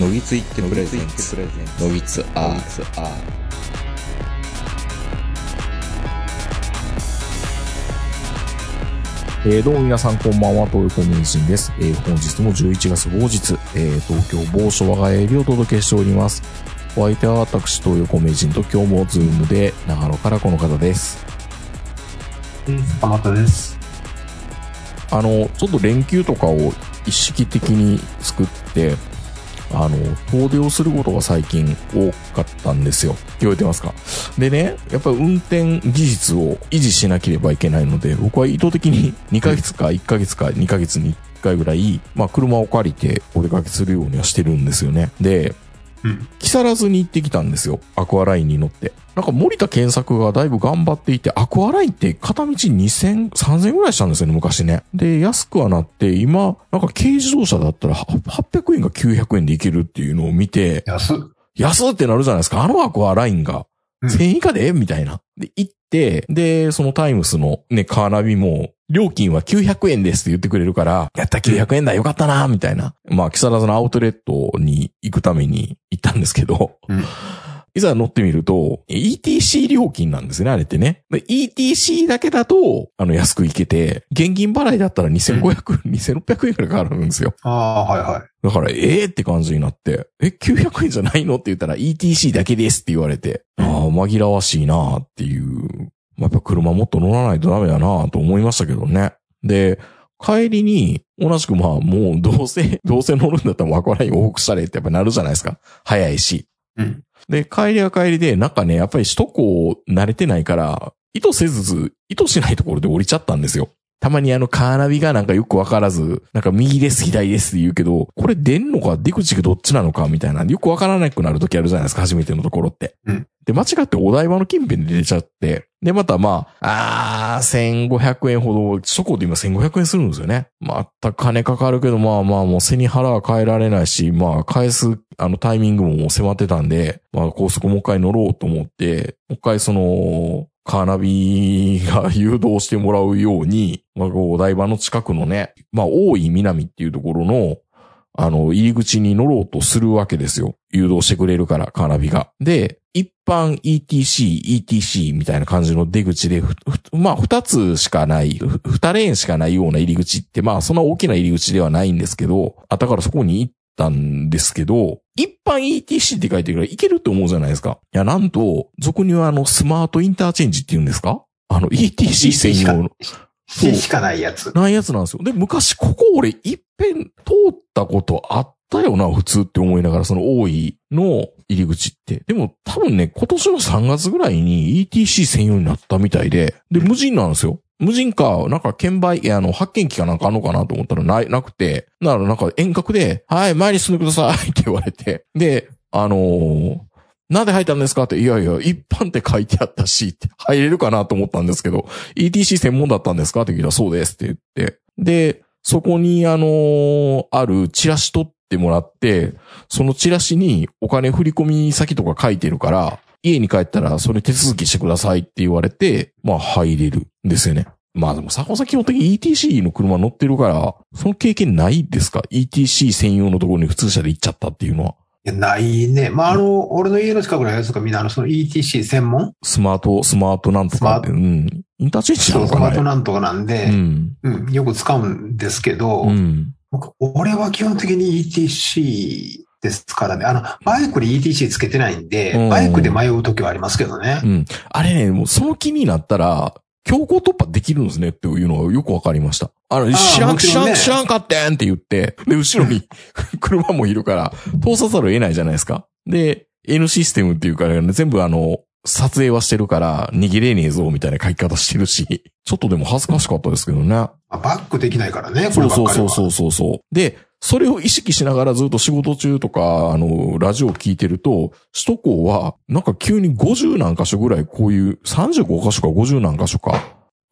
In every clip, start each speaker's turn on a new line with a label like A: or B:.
A: のぎついってプレゼンツのぎつアーツアー
B: えーどうも皆さんこんばんは、東横名人です。えー本日も11月某日、えー東京某所我が家よりお届けしております。お相手は私、東横名人と今日もズームで長野からこの方です。
C: あなたです。
B: あの、ちょっと連休とかを意識的に作って、あの、遠出をすることが最近多かったんですよ。聞こえてますかでね、やっぱり運転技術を維持しなければいけないので、僕は意図的に2ヶ月か1ヶ月か2ヶ月に1回ぐらい、まあ車を借りてお出かけするようにはしてるんですよね。で、
C: うん。
B: 木更津に行ってきたんですよ。アクアラインに乗って。なんか森田健作がだいぶ頑張っていて、アクアラインって片道2000、3000ぐらいしたんですよね、昔ね。で、安くはなって、今、なんか軽自動車だったらは800円か900円で行けるっていうのを見て、
C: 安っ。
B: 安ってなるじゃないですか。あのアクアラインが。
C: うん
B: 1000円以下でみたいな。で、行って、で、そのタイムスのね、カーナビも、料金は900円ですって言ってくれるから、やった900円だよかったなみたいな。まあ、木更津のアウトレットに行くために行ったんですけど、
C: うん
B: いざ乗ってみると、ETC 料金なんですね、あれってね。で ETC だけだと、あの、安く行けて、現金払いだったら2500、2600円くらいかかるんですよ。
C: ああ、はいはい。
B: だから、ええって感じになって、え、900円じゃないのって言ったら ETC だけですって言われて、ああ、紛らわしいなっていう。まあ、やっぱ車もっと乗らないとダメだなと思いましたけどね。で、帰りに、同じくまあ、もうどうせ、どうせ乗るんだったらワコライン往復したれってやっぱなるじゃないですか。早いし。
C: うん。
B: で、帰りは帰りで、なんかね、やっぱり首都高慣れてないから、意図せず、意図しないところで降りちゃったんですよ。たまにあのカーナビがなんかよくわからず、なんか右です、左ですって言うけど、これ出んのか、出口がどっちなのかみたいな、よくわからなくなる時あるじゃないですか、初めてのところって。
C: うん
B: で、間違ってお台場の近辺で出ちゃって、で、またまあ、あー、1500円ほど、首都高で今1500円するんですよね。また金かかるけど、まあまあもう背に腹は変えられないし、まあ返す、あのタイミングももう迫ってたんで、まあ高速もう一回乗ろうと思って、もう一回その、カーナビが誘導してもらうように、まあこうお台場の近くのね、まあ大井南っていうところの、あの、入り口に乗ろうとするわけですよ。誘導してくれるから、カーナビが。で、一般 ETC、ETC みたいな感じの出口で、ふふまあ、二つしかない、ふ二レーンしかないような入り口って、まあ、そんな大きな入り口ではないんですけど、あ、だからそこに行ったんですけど、一般 ETC って書いてるから、行けると思うじゃないですか。いや、なんと、俗にはあの、スマートインターチェンジって言うんですかあの、ETC 専用の。
C: ししかないやつ。
B: ないやつなんですよ。で、昔ここ俺一遍通ったことあったよな、普通って思いながら、その大井の入り口って。でも多分ね、今年の3月ぐらいに ETC 専用になったみたいで、で、無人なんですよ。無人か、なんか、券売、いやあの、発見機かなんかあんのかなと思ったら、ない、なくて、ならなんか遠隔で、はい、前に進んでくださいって言われて、で、あのーなんで入ったんですかって、いやいや、一般って書いてあったし、って入れるかなと思ったんですけど、ETC 専門だったんですかって聞いたら、そうですって言って。で、そこに、あのーあるチラシ取ってもらって、そのチラシにお金振り込み先とか書いてるから、家に帰ったらそれ手続きしてくださいって言われて、まあ入れるんですよね。まあでも、坂本さん基本的に ETC の車乗ってるから、その経験ないですか ?ETC 専用のところに普通車で行っちゃったっていうのは。
C: いや、ないね。まあ、あの、俺の家の近くのやつとかみんな、あの、その ETC 専門
B: スマート、スマートなんとかって、うん。インターチェンジな
C: そう
B: の
C: ス
B: か
C: マ
B: な
C: ートなんとかなんで、
B: うん。
C: うん、よく使うんですけど、
B: うん。
C: 僕俺は基本的に ETC ですからね。あの、バイクで ETC つけてないんで、
B: うん
C: バイクで迷うときはありますけどね。
B: うん。あれね、もうその気になったら、強行突破できるんですねっていうのがよくわかりました。あの、
C: ー
B: 知らん、
C: も
B: 知
C: ちろ
B: ら
C: ん
B: ん、
C: ね
B: 知らんかってんって言って、で、後ろに 車もいるから、通さざるを得ないじゃないですか。で、N システムっていうから、全部あの、撮影はしてるから、逃げれねえぞ、みたいな書き方してるし、ちょっとでも恥ずかしかったですけどね。
C: まあ、バックできないからね、こ
B: そ
C: れ
B: う
C: ばっかり
B: そう
C: は。
B: そうそうそうそう。で、それを意識しながらずっと仕事中とか、あの、ラジオ聞いてると、首都高は、なんか急に50何箇所ぐらいこういう、35箇所か50何箇所か、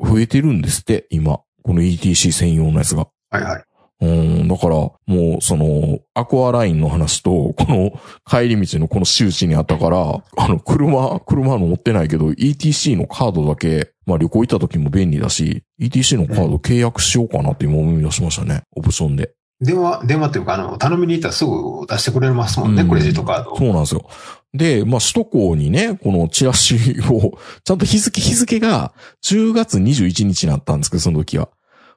B: 増えてるんですって、今。この ETC 専用のやつが。
C: はいはい。
B: うん、だから、もう、その、アクアラインの話と、この、帰り道のこの周知にあったから、あの、車、車の持ってないけど、ETC のカードだけ、まあ旅行行った時も便利だし、ETC のカード契約しようかなって今思い出しましたね。オプションで。
C: 電話、電話っていうか、あの、頼みに行ったらすぐ出してくれますもんね、
B: うん
C: クレジットカード。
B: そうなんですよ。で、まあ、首都高にね、このチラシを、ちゃんと日付、日付が10月21日になったんですけど、その時は。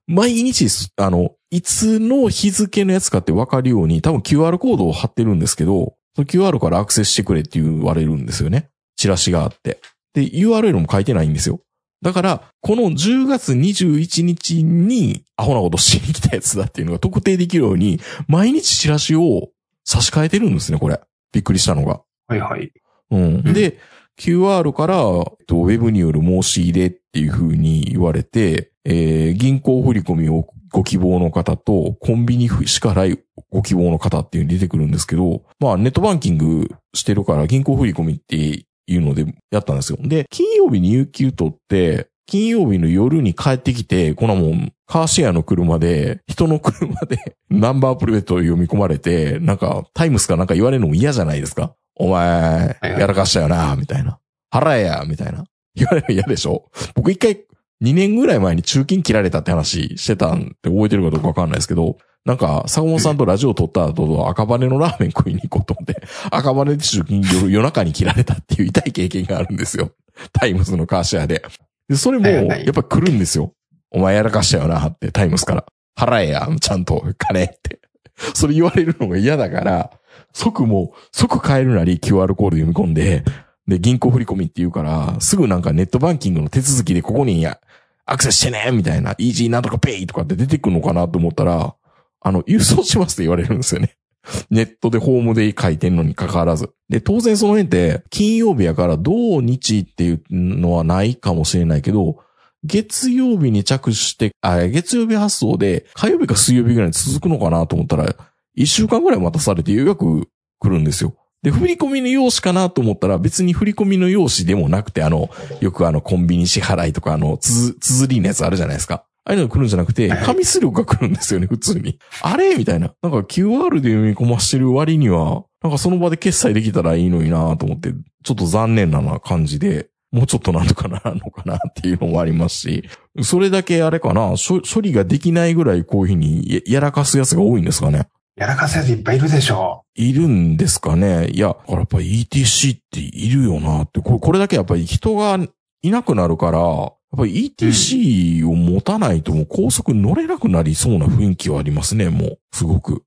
B: 毎日、あの、いつの日付のやつかって分かるように、多分 QR コードを貼ってるんですけど、その QR からアクセスしてくれって言われるんですよね。チラシがあって。で、URL も書いてないんですよ。だから、この10月21日にアホなことしに来たやつだっていうのが特定できるように、毎日チラシを差し替えてるんですね、これ。びっくりしたのが。
C: はいはい。
B: うん。
C: ん
B: で、QR から、えっとウェブによる申し入れっていう風に言われて、えー銀行振込をご希望の方と、コンビニ支払いご希望の方っていうのに出てくるんですけど、まあネットバンキングしてるから銀行振込っていうのでやったんですよ。で、金曜日に有給取って、金曜日の夜に帰ってきて、こんなもん、カーシェアの車で、人の車で、 ナンバープレートを読み込まれて、なんか、タイムスかなんか言われるのも嫌じゃないですか。お前、
C: はい
B: やらかしたよな、みたいな。払えや、みたいな。言われるの嫌でしょ僕一回、2年ぐらい前に中金切られたって話してたんで覚えてるかどうかわかんないですけど、なんか、坂本さんとラジオ撮った後、赤羽のラーメン食いに行こうと思って、 赤羽で中金夜夜中に切られたっていう痛い経験があるんですよ。タイムスのカーシェアで。で、それも、
C: はいはい
B: やっぱ来るんですよ。お前やらかしたよな、って、タイムスから。払えや、ちゃんと、金って。 それ言われるのが嫌だから、即もう、即変えるなり QR コード読み込んで、で、銀行振り込みって言うから、すぐなんかネットバンキングの手続きでここにやアクセスしてねみたいな、イージーなんとかペイとかって出てくるのかなと思ったら、あの、郵送しますって言われるんですよね。 ネットでホームで書いてんのに関わらず。で、当然その辺って、金曜日やから土日っていうのはないかもしれないけど、月曜日に着手して、あ、月曜日発送で、火曜日か水曜日ぐらいに続くのかなと思ったら、一週間ぐらい待たされてようやく来るんですよ。で、振り込みの用紙かなと思ったら、別に振り込みの用紙でもなくて、あの、よくあの、コンビニ支払いとか、あの、つづ、つづりのやつあるじゃないですか。ああいうのが来るんじゃなくて、紙数力が来るんですよね、普通に。 あれみたいな。なんか QR で読み込ましてる割には、なんかその場で決済できたらいいのになと思って、ちょっと残念なな感じで、もうちょっとなんとかならんのかなっていうのもありますし、それだけあれかな、処処理ができないぐらいこういうふうにややらかすやつが多いんですかね。
C: やらかすやついっぱいいるでしょ
B: いるんですかね。いや、だからやっぱ ETC っているよなって、これこれだけやっぱり人がいなくなるから、やっぱり ETC を持たないともう高速乗れなくなりそうな雰囲気はありますね、もう。すごく。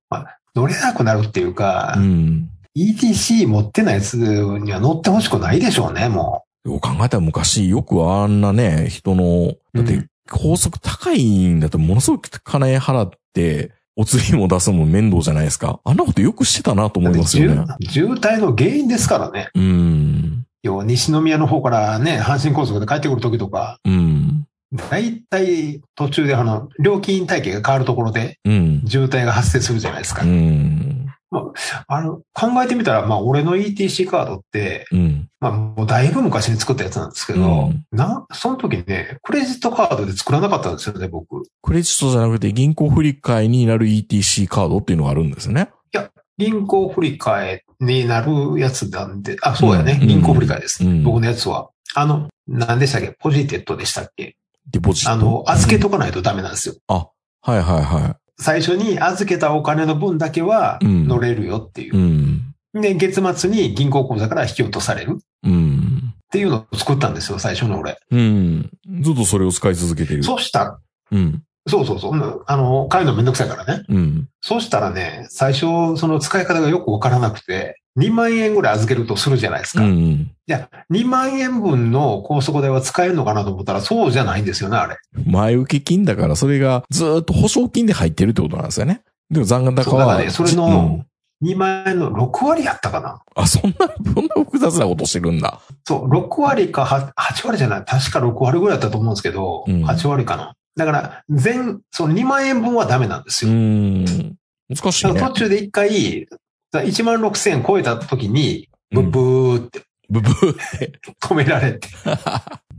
C: 乗れなくなるっていうか、
B: うん。
C: ETC 持ってないやつには乗ってほしくないでしょうね、も
B: よう考えたら昔よくあんなね、人の、だ
C: う
B: って
C: ん
B: 高速高いんだとものすごく金払って、お釣りも出すのも面倒じゃないですか。あんなことよくしてたなと
C: う。だ
B: 思
C: って
B: いますよね。
C: 渋渋滞の原因ですからね。
B: うん。
C: 要は西宮の方からね、阪神高速で帰ってくる時とか、
B: うん。
C: だいたい途中であの、料金体系が変わるところで
B: うん。
C: 渋滞が発生するじゃないですか
B: う。ん。
C: あの、考えてみたら、まあ俺の ETC カードって、
B: うん。
C: まあもうだいぶ昔に作ったやつなんですけど、
B: うん
C: な、その時ね、クレジットカードで作らなかったんですよね、僕。
B: クレジットじゃなくて銀行振り替えになる ETC カードっていうのがあるんですね。
C: 銀行振り替えになるやつなんで、あ、そうやね。
B: うん
C: 銀行振り替えです。
B: うん
C: 僕のやつは。あの、何でしたっけポジテッドでしたっけ
B: デポジット。
C: あの、預けとかないとダメなんですよ。
B: あ、はいはいは
C: 最初に預けたお金の分だけは
B: うん
C: 乗れるよってい
B: い。う
C: う。
B: ん。
C: で、月末に銀行口座から引き落とされるっ
B: うん。
C: ていうのを作ったんですよ、最初の俺。
B: うん。ずっとそれを使い続けてる。
C: そうしたら、
B: うん。
C: そうそうそう。あの、買うのめんどくさいからね。
B: うん。
C: そうしたらね、最初、その使い方がよくわからなくて、2万円ぐらい預けるとするじゃないです
B: う
C: か。
B: ん。
C: いや、2万円分の高速代は使えるのかなと思ったら、そうじゃないんですよね、あれ。
B: 前受け金だから、それがずーっと保証金で入ってるってことなんですよね。でも残念だか
C: そうだ
B: ら
C: からねそれの、2万円の6割やったかな。
B: うんあ、そんな、そんな複雑なことしてるんだ。
C: そう、6割かは 8, 割じゃない。確か6割ぐらいだったと思うんですけど、
B: うん
C: 8割かな。だから、全、その2万円分はダメなんです
B: う
C: よ。
B: ん。難しい
C: だから
B: ね
C: 途。中で1回、1万6千円超えた時に、ブブーって
B: ブブー。
C: 止められ て、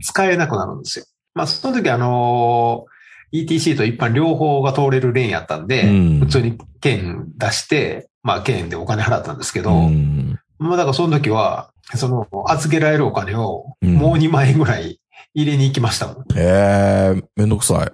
C: 使えなくなるんですよ。まあ、その時あのー ETC と一般両方が通れるレーンやったんで、
B: うん
C: 普通に券出して、まあ、券でお金払ったんですけど、
B: うん
C: まあ、だからその時は、その、預けられるお金を、
B: うん
C: もう2万円ぐらい入れに行きましたもん。
B: ええめんどくさ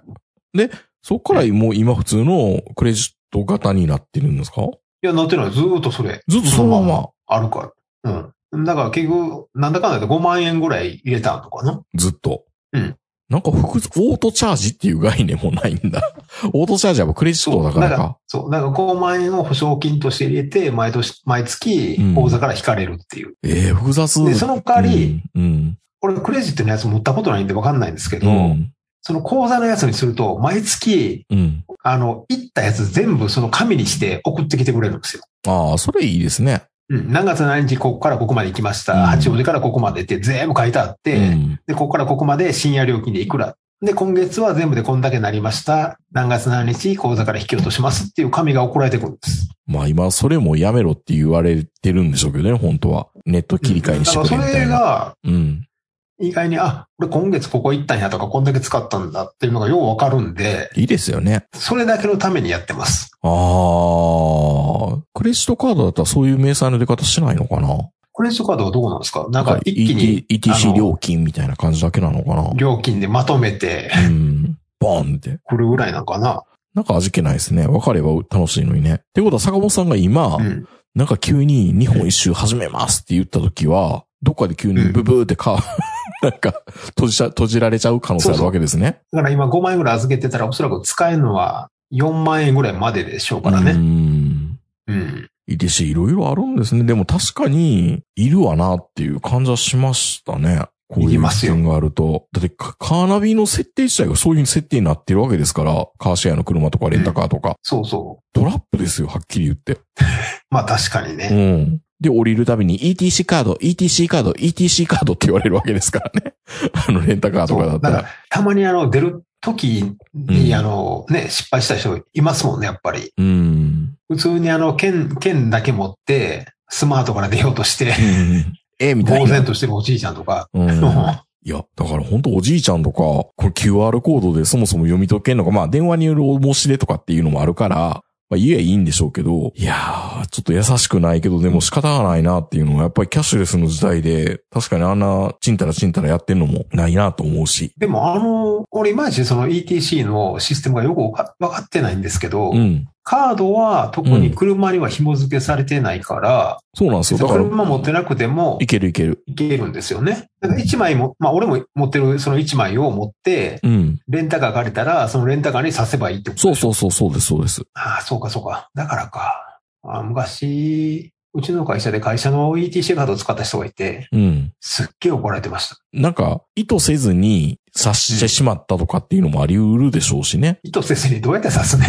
B: い。で、そっからもう今普通のクレジット型になってるんですか
C: いや、なってない。ずーっとそれ。
B: ずっとそのまま、
C: あるから。うん。だから結局、なんだかんだで5万円ぐらい入れたのかな。
B: ずっと。
C: うん。
B: なんか複雑、オートチャージっていう概念もないんだ。 オートチャージはやっぱクレジットだから
C: そうだ
B: か。
C: そう。だから5万円を保証金として入れて、毎年、毎月
B: うん、
C: 口座から引かれるっていう。
B: ええ複雑。
C: で、その代わり、
B: うん、
C: 俺クレジットのやつ持ったことないんでわかんないんですけ
B: う
C: ど、
B: ん。うん。
C: その口座のやつにすると、毎月、
B: うん。
C: あの、行ったやつ全部その紙にして送ってきてくれるんですよ。
B: ああ、それいいですね。
C: うん。何月何日、ここからここまで行きました。
B: うん
C: 八王子からここまでって全部書いてあって、
B: うん。
C: で、ここからここまで深夜料金でいくら。で、今月は全部でこんだけなりました。何月何日、口座から引き落としますっていう紙が送られてくるんです。
B: まあ今、それもやめろって言われてるんでしょうけどね、本当は。ネット切り替えにしてくれ
C: だ
B: み
C: からそ
B: た
C: れ
B: いな。
C: が、
B: うん。
C: 意外に、あ、俺今月ここ行ったんやとか、こんだけ使ったんだっていうのがようわかるんで、
B: いいですよね。
C: それだけのためにやってます。
B: ああ、クレジットカードだったらそういう明細の出方しないのかな
C: クレジットカードはどうなんですかなんか一気に
B: ET- ETC
C: あの
B: 料金みたいな感じだけなのかな
C: 料金でまとめて
B: うん。バーンって。
C: くるぐらいなんかな。
B: なんか味気ないですね。分かれば楽しいのにね。ってことは坂本さんが今、
C: うん。
B: なんか急に日本一周始めますって言った時は、どっかで急にブブーってか、 なんか閉じちゃ、閉じられちゃう可能性あるわけですね。
C: だから今5万円ぐらい預けてたら、おそらく使えるのは4万円ぐらいまででしょうから
B: う
C: ね。
B: ん。
C: うん。
B: いいですし、いろいろあるんですね。でも確かに、いるわなっていう感じはしましたね。こう
C: い
B: い
C: り
B: う
C: ますよ
B: 点があると。だってカ、カーナビの設定自体がそういう設定になってるわけですから、カーシェアの車とかレンタカーとか、
C: そうそ
B: トラップですよ、はっきり言って。
C: う。まあ確かにね。
B: うん。で、降りるたびに ETC カード、ETC カード、ETC カードって言われるわけですからね。 あの、レンタカーと
C: そう
B: かだった
C: だ
B: ら
C: か。たまにあの、出る時に、
B: うん
C: あの、ね、失敗した人いますもんね、やっぱり。
B: うん。
C: 普通にあの、券、券だけ持って、スマートから出ようとして、
B: ええ、みたい
C: 呆
B: な
C: 然。としてるおじいちゃんとか。
B: うん
C: うん
B: いや、だから本当おじいちゃんとか、これ QR コードでそもそも読み解けんのか、まあ電話による申し出とかっていうのもあるから、まあ言えばいいんでしょうけど、いやー、ちょっと優しくないけど、でも仕方がないなっていうのは、やっぱりキャッシュレスの時代で、確かにあんな、ちんたらちんたらやってんのもないなと思うし。
C: でもあの、俺いまいちその ETC のシステムがよくわかわかってないんですけど、
B: うん。
C: カードは特に車には紐付けされてないから、
B: そうなんですよ。だから、
C: 車持ってなくても
B: いけるいける。
C: いけるんですよね。だから1枚も、まあ俺も持ってるその1枚を持って、
B: うん。
C: レンタカー借りたら、そのレンタカーにさせばいいってこと
B: そうそうそう、そうです、そうです。
C: ああ、そうかそうか。だからか。ああ昔、うちの会社で会社の ETC カードを使った人がいて、
B: うん。
C: すっげえ怒られてました。
B: なんか、意図せずに察してしまったとかっていうのもあり得るでしょうしね。
C: 意図せずにどうやって刺すね。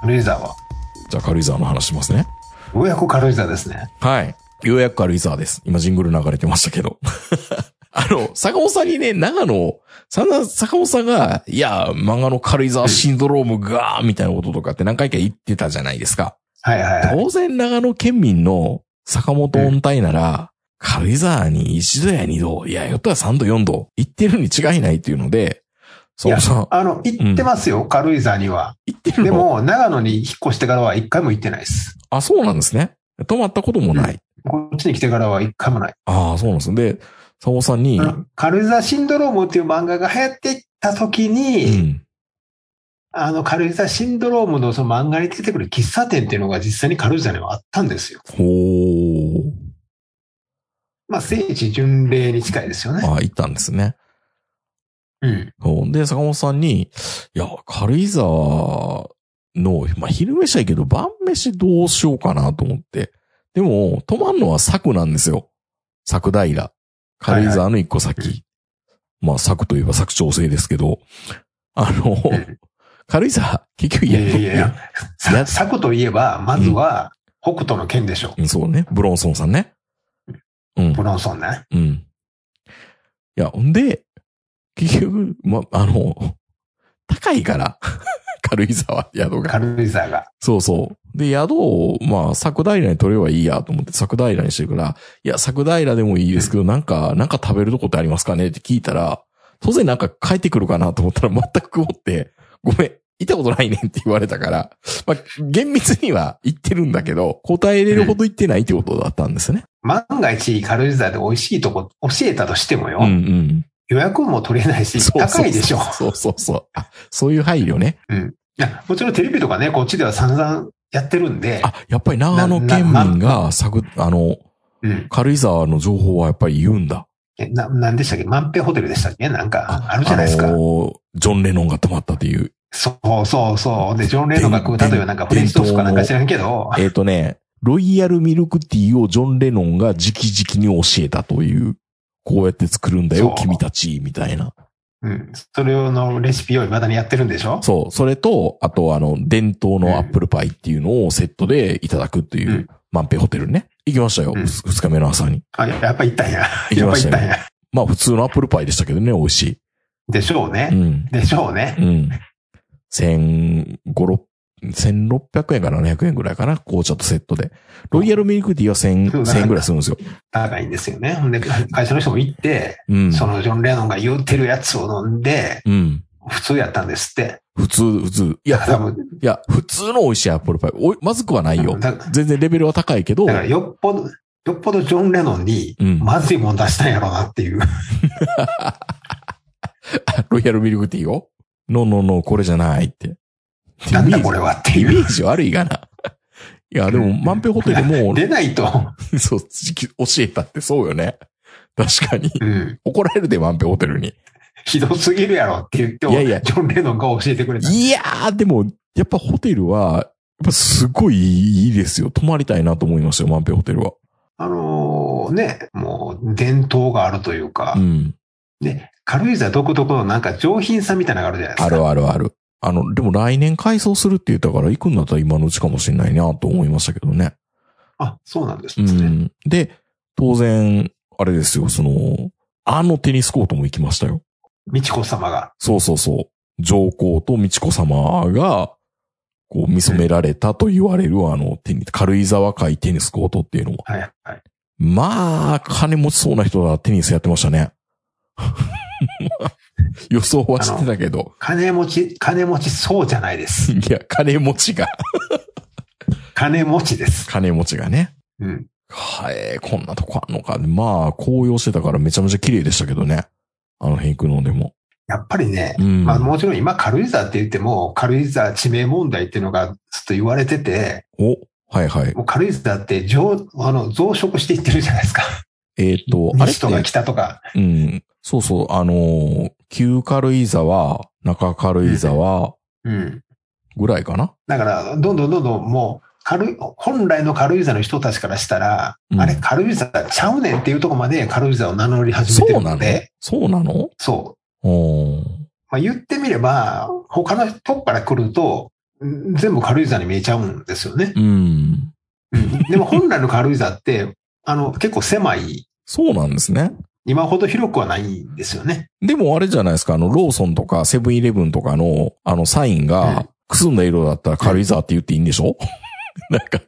C: 軽井沢は。
B: じゃあ、軽井沢の話しますね。
C: ようやく軽井沢ですね。
B: はい。ようやく軽井沢です。今ジングル流れてましたけど。 あの、坂本さんにね、長野、さんざん坂本さんが、いや、漫画の軽井沢シンドロームが、みたいなこととかって何回か言ってたじゃないですか。
C: はいはいはい。
B: 当然長野県民の坂本温帯なら、軽井沢に一度や二度、いや、よったら三度四度、行ってるに違いないっていうので、
C: い
B: 坂
C: や
B: 本さん、
C: あの、行ってますよ、軽井沢には。
B: 行ってるの
C: でも、長野に引っ越してからは一回も行ってないです。
B: あ、そうなんですね。泊まったこともない。
C: こっちに来てからは一回もない。
B: ああ、そうなんですね。で、坂本さんに、
C: うん軽井沢シンドロームっていう漫画が流行ってた時
B: う
C: に、
B: ん
C: あの、軽井沢シンドロームのその漫画に出てくる喫茶店っていうのが実際に軽井沢にはあったんですよ。
B: ほー。
C: まあ、聖地巡礼に近いですよね。
B: ああ、行ったんですね。
C: うん。
B: そうで、坂本さんに、いや、軽井沢の、まあ、昼飯はいいけど、晩飯どうしようかなと思って。でも、泊まんのは柵なんですよ。柵平。軽井沢の一個先。
C: はいは
B: まあ、柵といえば柵調整ですけど、あの、
C: ん
B: 軽井沢、結局
C: いやいやいやい
B: や
C: や、さ策といえば、まずは、北斗の剣でしょ。
B: うんそうね。ブロンソンさんね。うん
C: ブ。ロンソンね。
B: うん。いや、ほんで、結局、ま、あの、高いから、 軽井沢、宿が。
C: 軽井沢が。
B: そうそう。で、宿を、まあ、桜平に取ればいいやと思って桜平にしてるから、いや、桜平でもいいですけど、なんか、なんか食べるとこってありますかねって聞いたら、当然なんか帰ってくるかなと思ったら全く思って、ごめん、行ったことないねんって言われたから、まあ、厳密には行ってるんだけど、答えれるほど行ってないってことだったんですよね。
C: 万が一軽井沢で美味しいとこ教えたとしてもよ、
B: うんうん。
C: 予約も取れないし、
B: そうそう
C: 高いでしょ。
B: そうそうそう。あ、そういう配慮ね。
C: いや、もちろんテレビとかね、こっちでは散々やってるんで、
B: あ、やっぱり長野県民が、さぐ、あの、
C: うん。
B: 軽井沢の情報はやっぱり言うんだ。
C: え、な、なんでしたっけ万平ホテルでしたっけなんか、あるじゃないですか。
B: あのージョン・レノンが泊まったっていう。
C: そうそうそう。で、ジョン・レノンが食う、例えばなんかフレンチトーストかなんか知らんけど、
B: えっ、とね、ロイヤルミルクティーをジョン・レノンが直々に教えたという、こうやって作るんだ
C: そう、
B: よ君たち、みたいな。
C: うん。それのレシピを未だにやってるんでしょ、
B: そう、それと、あとあの、伝統のアップルパイっていうのをセットでいただくっていううん万平ホテルね。行きましたよ、
C: うん
B: 二二日目の朝に。
C: あ、ややっぱ行ったんや。
B: 行き
C: やっ
B: ま
C: ぱ
B: し
C: 行ったたん
B: よ。
C: や。
B: まあ普通のアップルパイでしたけどね、美味し
C: でしょう
B: い。う
C: ね。
B: ん。
C: でしょうね
B: う。ん。千五六、千六百円から700円ぐらいかな、紅茶とセットで。ロイヤルミルクティーは千、
C: そうなんだ
B: 千円ぐらいするんですよ。
C: 高いんですよね。ほんで、会社の人も行って、
B: うん。
C: そのジョン・レノンが言ってるやつを飲んで、
B: うん。
C: 普通やったんですって。
B: 普通、普通。いや、
C: 多
B: い
C: 分、
B: や、普通の美味しいアップルパイ。おいまずくはないよ。
C: だだか
B: 全然レベルは高いけど、
C: らよっぽど、よっぽどジョン・レノンに、
B: うん
C: まずいもん出したんやろうなっていう。
B: ロイヤルミルクティーを、ノーノーノー、これじゃ ないって。
C: なんだこれはって
B: イメ
C: いう。
B: ージ悪いがな。いや、でも、万平ホテルも、
C: 出ないと、
B: そう、教えたってそうよね。確かに。
C: うん、
B: 怒られるで、万平ホテルに。
C: ひどすぎるやろって言っても、
B: いやいや
C: ジョン・レノンが教えてくれた。
B: いやー、でも、やっぱホテルは、やっぱすごいいいですよ。泊まりたいなと思いましたよ、万平ホテルは。
C: あのーね、もう伝統があるというか、
B: うん。
C: ね、軽井沢独特のなんか上品さみたいなのがあるじゃないです
B: あ
C: か。
B: るあるある。あの、でも来年改装するって言ったから行くんだったら今のうちかもしれないなと思いましたけどね。
C: あ、そうなんです
B: う
C: ね。
B: ん。で、当然、あれですよ、その、あのテニスコートも行きましたよ。
C: 美智子様が。
B: そうそうそう。上皇と美智子様が、こう見染められたと言われるあのテニ軽井沢会テニスコートっていうのも。
C: はいはい。
B: まあ、金持ちそうな人がテニスやってましたね。 予想はしてたけど。
C: 金持ち、金持ちそうじゃないです。
B: いや、金持ちが、
C: 金持ちです。
B: 金持ちがね。
C: うん。
B: はい、こんなとこあんのか。まあ、紅葉してたからめちゃめちゃ綺麗でしたけどね。あの辺行くのでも。
C: やっぱりね
B: う、ん。
C: まあもちろん今軽井沢って言っても、軽井沢地名問題っていうのがずっと言われてて、
B: お、はいはい。
C: もう軽井沢って上あの増殖していってるじゃないですか。
B: えっ、と、あれ
C: 西とか
B: って、
C: 北とか。
B: うん。そうそう、あのー旧軽井沢、中軽井沢
C: うん。
B: ぐらいかな。
C: だから、どんどんどんどんもう、軽い、本来の軽井沢の人たちからしたら、
B: うん
C: あれ軽井沢ちゃうねんっていうとこまで軽井沢を名乗り始めて
B: そう
C: る
B: な
C: の
B: の
C: で、
B: そうなの
C: そう。
B: おー
C: まあ、言ってみれば、他のとこから来ると、ん全部軽井沢に見えちゃうんですよね。
B: うん。
C: うんでも本来の軽井沢って、あの、結構狭い、
B: そうなんですね。
C: 今ほど広くはないんですよね。
B: でもあれじゃないですか、あの、ローソンとかセブンイレブンとかの、あの、サイン
C: う
B: が、くすんだ色だったら軽井沢って言っていいんでしょ、 なんか、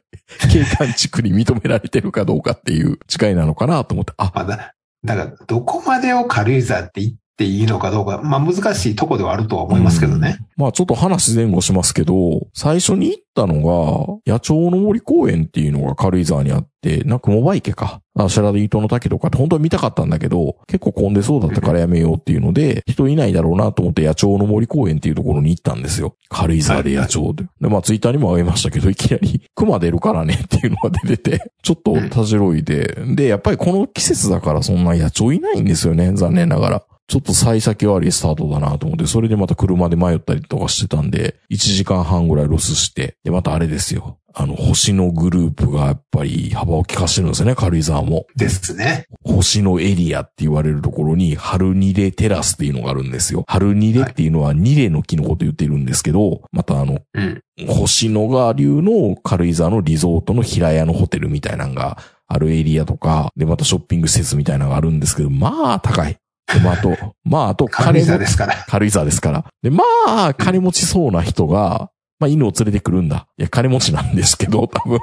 B: 景観地区に認められてるかどうかっていう違いなのかなと思って、あ、
C: まあ、だだから、どこまでを軽井沢って言っていいのかどうか、まあ難しいとこではあるとは思いますけどね。
B: まあちょっと話前後しますけど、最初に行ったのが、野鳥の森公園っていうのが軽井沢にあって、なんかモバ池か、あシャラディ島の滝とかって本当は見たかったんだけど、結構混んでそうだったからやめようっていうので、人いないだろうなと思って野鳥の森公園っていうところに行ったんですよ。軽井沢で野鳥で。で、まあツイッターにもあげましたけど、いきなり熊出るからねっていうのが出て て、ちょっとたじろいで、で、やっぱりこの季節だからそんな野鳥いないんですよね、残念ながら。ちょっと幸先悪いスタートだなと思って、それでまた車で迷ったりとかしてたんで、1時間半ぐらいロスして、で、またあれですよ。あの、星のグループがやっぱり幅を利かしてるんですよね、軽井沢も。
C: ですね。
B: 星のエリアって言われるところに、春ニレテラスっていうのがあるんですよ。春ニレっていうのはニレの木のこと言ってるんですけど、またあの、
C: うん。
B: 星野川流の軽井沢のリゾートの平屋のホテルみたいなのがあるエリアとか、で、またショッピング施設みたいなのがあるんですけど、まあ、高い。でまあ、あと、まあ、あと、
C: 軽
B: 金
C: 井沢
B: 持
C: で
B: ち、
C: すから。
B: 軽井沢ですから。で、まあ、金持ちそうな人が、まあ、犬を連れてくるんだ。いや、金持ちなんですけど、 多分。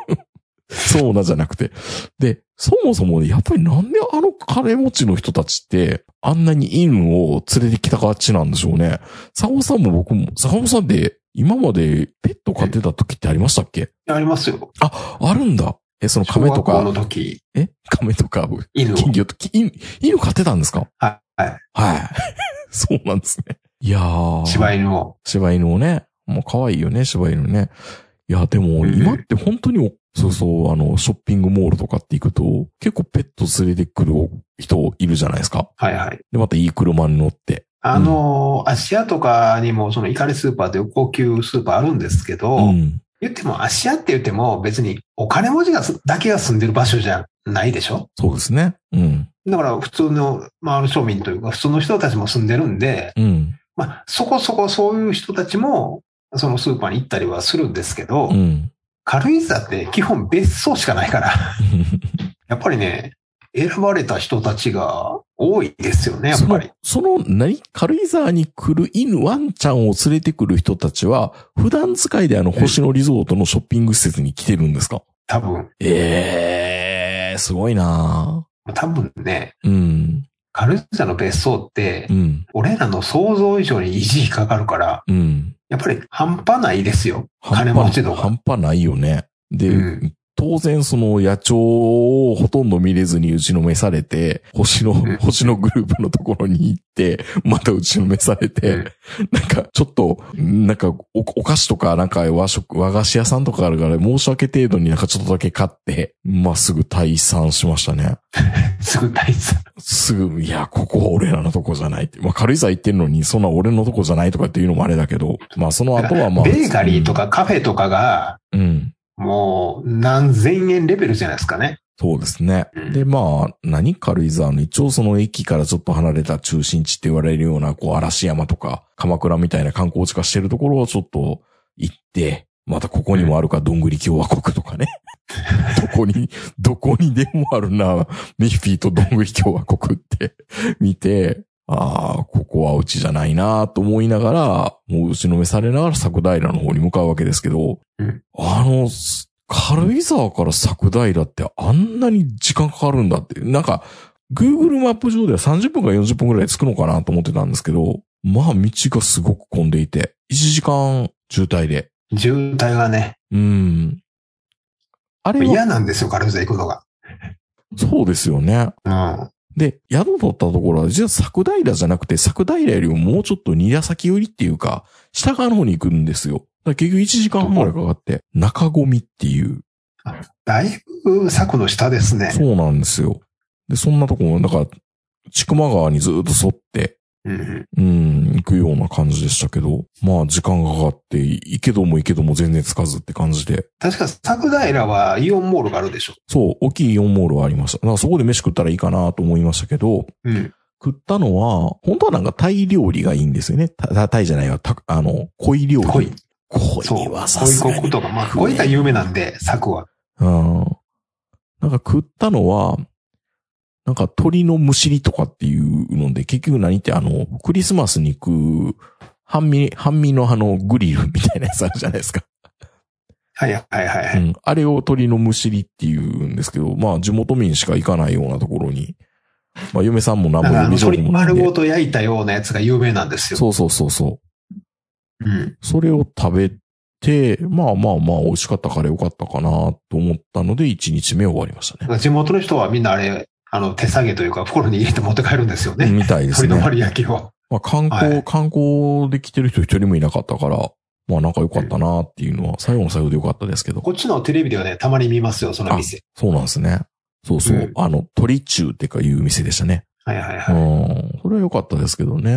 B: そうなじゃなくて。で、そもそもね、やっぱりなんであの金持ちの人たちって、あんなに犬を連れてきたがちなんでしょうね。坂本さんも僕も、坂本さんって、今までペット飼ってた時ってありましたっけ
C: ありますよ。
B: あ、あるんだ。え、その
C: 小
B: 亀と
C: 学校の
B: か、
C: 時、
B: え亀とか、
C: 犬を。
B: 金魚と、き犬、犬飼ってたんですか
C: はいはい。
B: はい。そうなんですね。いやー。
C: 柴犬を。
B: 柴犬をね。もう可愛いよね、柴犬ね。いや、でも、
C: うん
B: 今って本当にお、そうそう、あの、ショッピングモールとかって行くと、結構ペット連れてくる人いるじゃないですか。
C: はいはい。
B: で、またいい車に乗って。
C: あのー、芦屋とかにも、その、イカレスーパーという高級スーパーあるんですけど、
B: うん。
C: 言っても、芦屋って言っても、別にお金持ちがすだけが住んでる場所じゃないでしょ
B: そうですね。うん。
C: だから、普通の、まあ、庶民というか、普通の人たちも住んでるんで、
B: うん。
C: まあ、そこそこそういう人たちも、そのスーパーに行ったりはするんですけど、
B: うん。
C: 軽井沢って基本別荘しかないから、 やっぱりね、選ばれた人たちが多いですよね、やっぱり。
B: その、その、何軽井沢に来る犬、ワンちゃんを連れてくる人たちは、普段使いであの、星野リゾートのショッピング施設に来てるんですか
C: 多分、
B: ええー、すごいな
C: 多分ね、
B: ぁうん。
C: 軽井沢の別荘って
B: う、ん。
C: 俺らの想像以上に維持費かかるから、
B: うん。
C: やっぱり半端ないですよ。
B: 半
C: 金
B: 端
C: 持
B: な
C: ち
B: い。
C: の方
B: 半端ないよね。で、
C: うん
B: 当然その野鳥をほとんど見れずに打ちのめされて、星の
C: ん、
B: 星のグループのところに行って、また打ちのめされて、
C: うん
B: なんかちょっと、なんかおお菓子とかなんか和食、和菓子屋さんとかあるから申し訳程度になんかちょっとだけ買って、まあ、すぐ退散しましたね。
C: すぐ大差。
B: すぐ、いや、ここは俺らのとこじゃないって。まあ、軽井沢行ってんのに、そんな俺のとこじゃないとかっていうのもあれだけど、まあ、その後はまあ。
C: ベーカリーとかカフェとかが、
B: うん。うん。
C: もう何千円レベルじゃないですかね。
B: そうですね。で、まあ、何軽井沢の一応その駅からちょっと離れた中心地って言われるような、こう、嵐山とか、鎌倉みたいな観光地化してるところをちょっと行って、またここにもあるか、どんぐり共和国と かね。どこに、どこにでもあるな、ミッフィーとどんぐり共和国って見て、ああ、ここはうちじゃないなと思いながら、もう打ちのめされながら桜平の方に向かうわけですけど、
C: うん
B: あの、す軽井沢から桜平ってあんなに時間かかるんだって、なんか、Google マップ上では30分から40分くらい着くのかなと思ってたんですけど、まあ道がすごく混んでいて、1時間渋滞で。
C: 渋滞がね、
B: うん。あれは、
C: 嫌なんですよ、軽井沢行くのが。
B: そうですよね。
C: うん。
B: で、宿取ったところは、実は桜平じゃなくて、桜平よりももうちょっと二打先寄りっていうか、下側の方に行くんですよ。だから結局1時間半ぐらいかかって、中込みっていう。
C: だいぶ柵の下ですね。
B: そうなんですよ。で、そんなとこも、だから、千曲川にずっと沿って、
C: うん。
B: うん、行くような感じでしたけど、まあ時間がかかって、行けども行けども全然つかずって感じで、
C: 確か桜平はイオンモールがあるでしょ。
B: そう、大きいイオンモールはありました。だからそこで飯食ったらいいかなと思いましたけど、
C: うん。
B: 食ったのは、本当はなんかタイ料理がいいんですよね。タタタイじゃないわ。たあの、恋料理。
C: 恋。そう。
B: 恋はさすが
C: 恋
B: に。
C: 国とか、まあ、恋が有名なんで、柵は。
B: うん。なんか食ったのは、なんか鳥のむしりとかっていうので、結局何ってあの、クリスマスに行く、半身、半身のあの、グリルみたいなやつあるじゃないですか。
C: はいはいはいは
B: う
C: い。
B: ん。あれを鳥のむしりっていうんですけど、まあ地元民しか行かないようなところに、まあ嫁さんも何
C: なん
B: も
C: かあ
B: 海
C: の
B: 情報
C: 鳥
B: もない
C: 丸
B: んで
C: ごと焼いたようなやつが有名なんですよ。
B: そうそうそうそ
C: う
B: う。
C: ん。
B: それを食べて、まあまあまあ美味しかったから良かったかなと思ったので、1日目終わりました
C: だ
B: ね。
C: から地元の人はみんなあれ、あの、手下げというか、袋に入れて持って帰るんですよね。
B: みたいです
C: 鳥
B: ね
C: の。丸焼きを。
B: まあ観光、
C: は
B: 観光で来てる人一人もいなかったから、まあなんか良かったなっていうのは、最後の最後で良かったですけど。
C: こっちのテレビではね、たまに見ますよ、その店。
B: そうなんですね。そうそう。
C: うん
B: あの、鳥中ってかいう店でしたね。
C: はいはいは
B: う
C: い。
B: ん。それは良かったですけどね。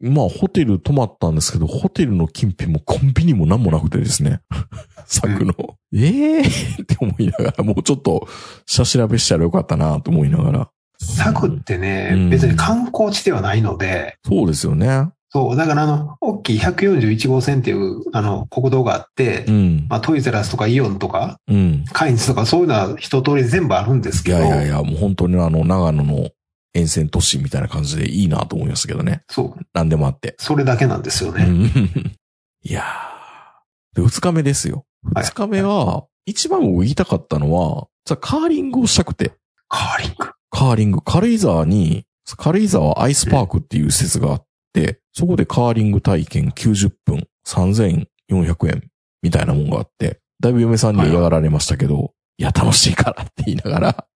B: まあ、ホテル泊まったんですけど、ホテルの近辺もコンビニも何もなくてですね。 柵の。ええー、 って思いながら、もうちょっと、下調べしたらよかったなと思いながら。
C: 柵ってね、
B: うん
C: 別に観光地ではないので、
B: そうですよね。
C: そう、だからあの、大きい141号線っていう、あの、国道があって、
B: うん。
C: まあ、トイザラスとかイオンとか、
B: うん。
C: カインズとかそういうのは一通り全部あるんです
B: い
C: けど、
B: やいやいや、もう本当にあの、長野の沿線都市みたいな感じでいいなと思いましたけどね。
C: そう。
B: 何でもあって。
C: それだけなんですよ
B: う
C: ね。
B: ん いやー。で、二日目ですよ。
C: はい
B: 二日目は、一番僕言いたかったのは、さカーリングをしたくて。
C: カーリング。
B: カーリング、軽井沢に、軽井沢アイスパークっていう施設があって、そこでカーリング体験90分3400円みたいなもんがあって、だいぶ嫁さんには嫌がられましたけど、いや、楽しいからって言いながら、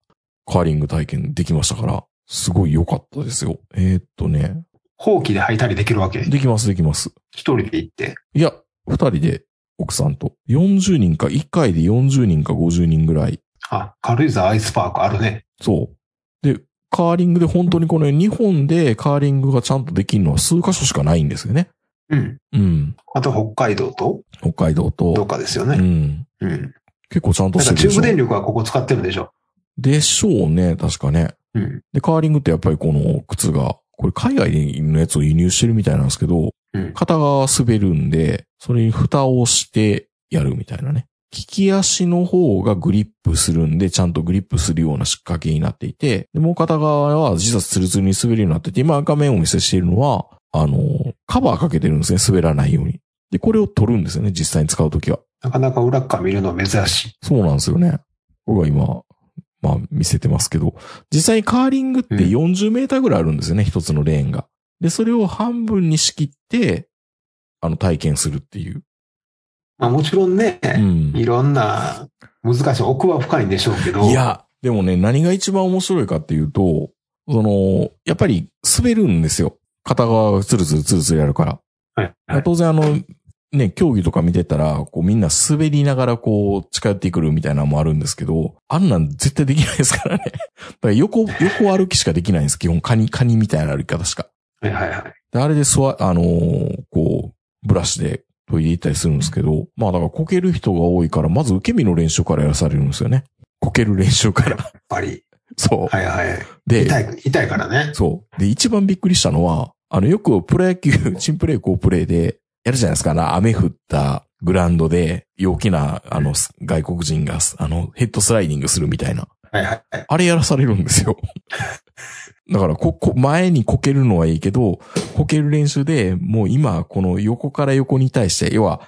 B: カーリング体験できましたから、すごい良かったですよ。えーっとね、
C: 放棄で履いたりできるわけ。一
B: できますできます。
C: 人で行って。
B: いや、二人で奥さんと、40人か、一回で40人か50人ぐらい
C: あ、軽井沢アイスパークあるね。
B: そう。で、カーリングで本当にこの日本でカーリングがちゃんとできるのは数箇所しかないんですよね。
C: うん。
B: うん。
C: あと北海道と
B: 北海道
C: どっ
B: と。
C: かですよ
B: う
C: ね。
B: ん。
C: うん。
B: 結構ちゃんと
C: だ
B: し
C: か
B: て
C: ら
B: るで
C: 中
B: しょ
C: 部電力はここ使ってるんでしょ。
B: でしょうね、確かね。
C: うん。
B: で、カーリングってやっぱりこの靴が、これ海外のやつを輸入してるみたいなんですけど、
C: うん。
B: 片側滑るんで、それに蓋をしてやるみたいなね。利き足の方がグリップするんで、ちゃんとグリップするような仕掛けになっていて、でもう片側は実はツルツルに滑るようになってて、今画面をお見せしているのは、あの、カバーかけてるんですね、滑らないように。で、これを取るんですよね、実際に使うときは。
C: なかなか裏っ側見るの珍しい。
B: そうなんですよね。僕は今、まあ見せてますけど、実際にカーリングって
C: うん
B: 40メーターぐらいあるんですよね、一つのレーンが。で、それを半分に仕切って、あの体験するっていう。
C: まあもちろんね、
B: うん。
C: いろんな難しい、奥は深いんでしょうけど。
B: い。や、でもね、何が一番面白いかっていうと、その、やっぱり滑るんですよ。片側がツルツルツルツルやるから。
C: はい。
B: まあ当然あの、ね、競技とか見てたら、こうみんな滑りながらこう近寄ってくるみたいなのもあるんですけど、あんなん絶対できないですからね。 だから横、横歩きしかできないんです。基本、カニ、カニみたいな歩き方しか。
C: はいはいはい。
B: で、あれで座、あのーこう、ブラシで研いでいったりするんですけど、まあだからこける人が多いから、まず受け身の練習からやらされるんですよね。こける練習から。
C: やっぱり。
B: そう。
C: はいはい。
B: で、
C: 痛い、痛いからね。
B: そう。で、一番びっくりしたのは、あの、よくプロ野球、 チンプレー、コープレーで、やるじゃないですか。あの雨降ったグラウンドで、陽気な、あの、す外国人がす、あの、ヘッドスライディングするみたいな。
C: はいはいはい。
B: あれやらされるんですよ。だから、こ、こ、前にこけるのはいいけど、こける練習で、もう今、この横から横に対して、要は、